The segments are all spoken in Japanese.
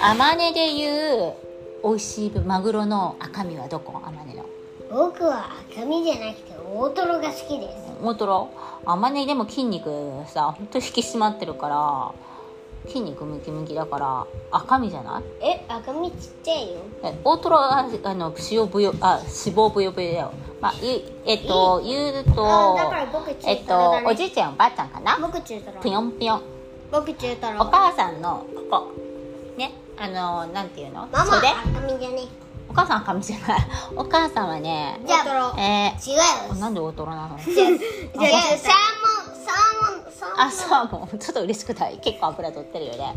アマネでいう美味しいマグロの赤身はどこアマネの僕は赤身じゃなくて大トロが好きです大トロアマネでも筋肉さほんと引き締まってるから筋肉ムキムキだから赤身じゃないえ赤身ちっちゃいよえ大トロはあの塩ぶよあ脂肪ぶよぶよだよ、まあ、ゆえっと言うあとだから僕中トロえっとだねおじいちゃんおばあちゃんかな僕中トロぷよんぷよん僕中トロお母さんのここねあのなんていうのママ袖赤身じゃねお母さんかもしれないお母さんはねじゃあえ違うよー、なんで大トロなの じあゃあじゃあサーモンサーモンサーモンあそうもうちょっと嬉しくない結構油取ってるよねねえ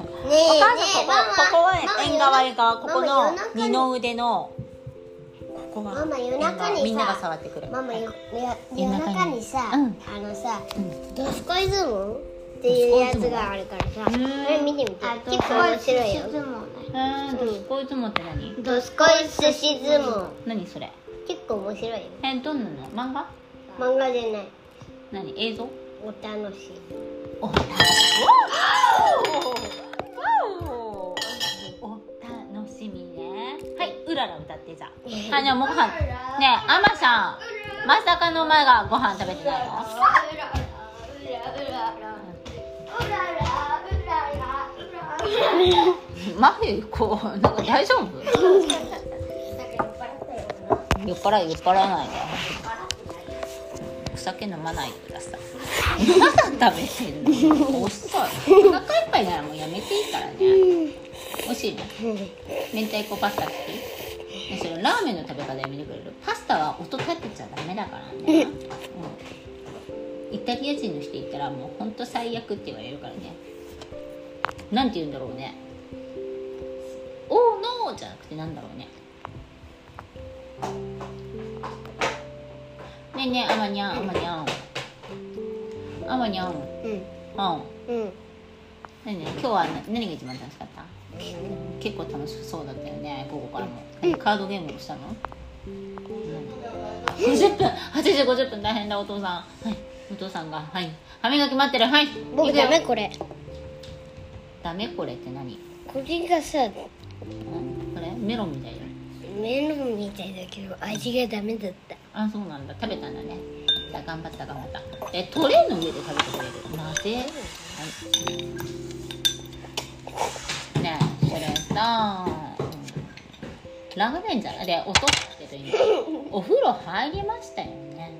お母さんこねこ、えママここはねママ縁側縁側こ夜こマのマ夜中二にの腕のここがママ夜中にさみんなが触ってくるママよや夜夜中に中にさ、うんあのさ、うんドスコイズムっていうやつがあるからさ、んそれ見てみて結構面白いようんどすこいつもって何ドスコイ寿司相撲何それ結構面白いよえどんなの漫画漫画じゃない何映像お楽しいお楽しみねはい「うらら」歌ってじゃああじゃあもうご飯ねえあまさんまさかの前がご飯食べてないのマフィーこうなんか大丈夫酔っ払い酔っ払わないねお酒飲まないでくださいまだ食べてんの遅いお腹いっぱいならもうやめていいからね美味しいね明太子パスタ好きねそれラーメンの食べ方やめてくれるパスタは音立てちゃダメだからね、うん、イタリア人の人いたらもうほんと最悪って言われるからねなんて言うんだろうね「おーノー」じゃなくてなんだろうねねえねえあまにゃんあまにゃんあまにゃんうんうんうん何々今日は何何が一番楽しかった結構楽しそうだったよね午後からも、カードゲームをしたの、うん、50分8時50分大変だお父さんはいお父さんがはい歯磨き待ってるはい僕ダ行メくよこれダメこれって何、これがさうん、これメロンみたいだメロンみたいだけど味がダメだったあそうなんだ食べたんだねじゃあ頑張った頑張ったえトレーの上で食べてくれるなぜ、はい、ねえこれさうんラーメンじゃないで音ってる今お風呂入りましたよね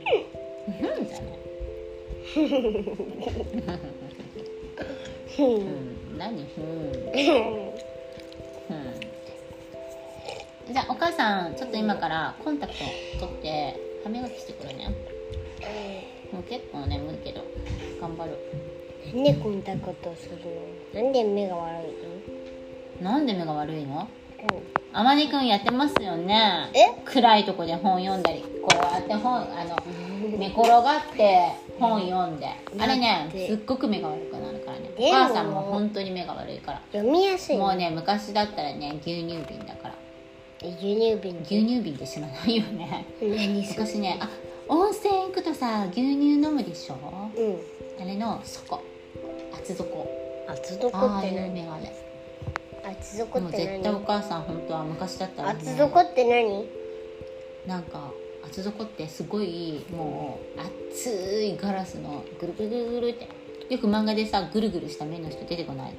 うんじゃない、うん、何うんうんじゃあお母さんちょっと今からコンタクト取って歯磨きしてくるねもう結構眠いけど頑張るなんでこんなことするのなんで目が悪いなんで目が悪いのの、あまりくんやってますよねえ暗いとこで本読んだりこうやって本あの寝転がって本読んであれねすっごく目が悪くなるからねおでも母さんも本当に目が悪いから読みやすいもうのね昔だったらね牛乳瓶だから輸入瓶牛乳瓶って知らないよね何それ昔ねあ温泉行くとさ牛乳飲むでしょうんあれの底厚底厚底あっあいてう何眼鏡厚底でもっ絶て対お何母さん本当は昔だったら、ね、厚底って何なんか厚底ってすごいもう熱いガラスのぐるぐるぐるぐるってよく漫画でさぐるぐるした目の人出てこない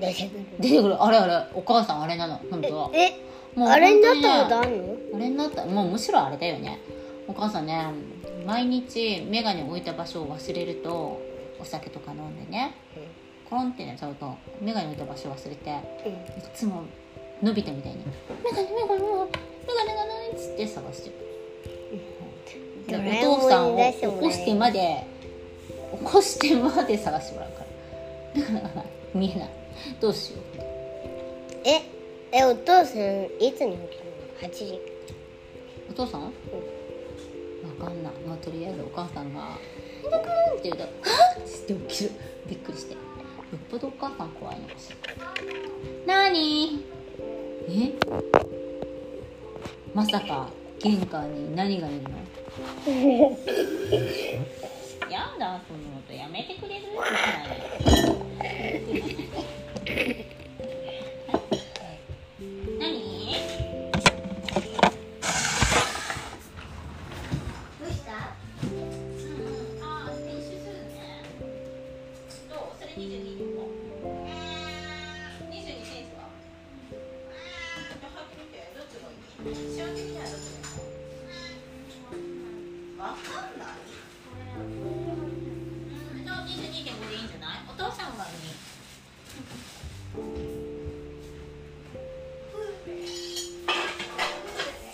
出てく出てくるあれあれお母さんあれなの本当はるえもうあれになっ本当ねたことあるのあれになったもうむしろあれだよねお母さんね毎日眼鏡を置いた場所を忘れるとお酒とか飲んでねコロンって寝ちゃうと眼鏡置いた場所忘れていうんつも伸びたみたいに「眼鏡眼鏡眼鏡眼鏡がない」っつって探してるドラえでおもん父さんをに出してもら起えこしてまで起こしてまで探してもらうから眼鏡がない見えないどうしようええお父さんいつに起きるの8時お父さん、わかんないまあとりあえずお母さんが「ひなくん!」って言うと「はっ!」って起きるびっくりしてよっぽどお母さん怖いのかしらなにえまさか玄関に何がいるのやだその音やめてくれるって言ってないよじゃあ22.5でいいんじゃないお父さんが2。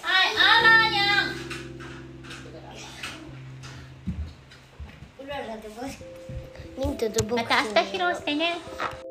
はい、あらにゃん。ニントとボクシングまた明日披露してね。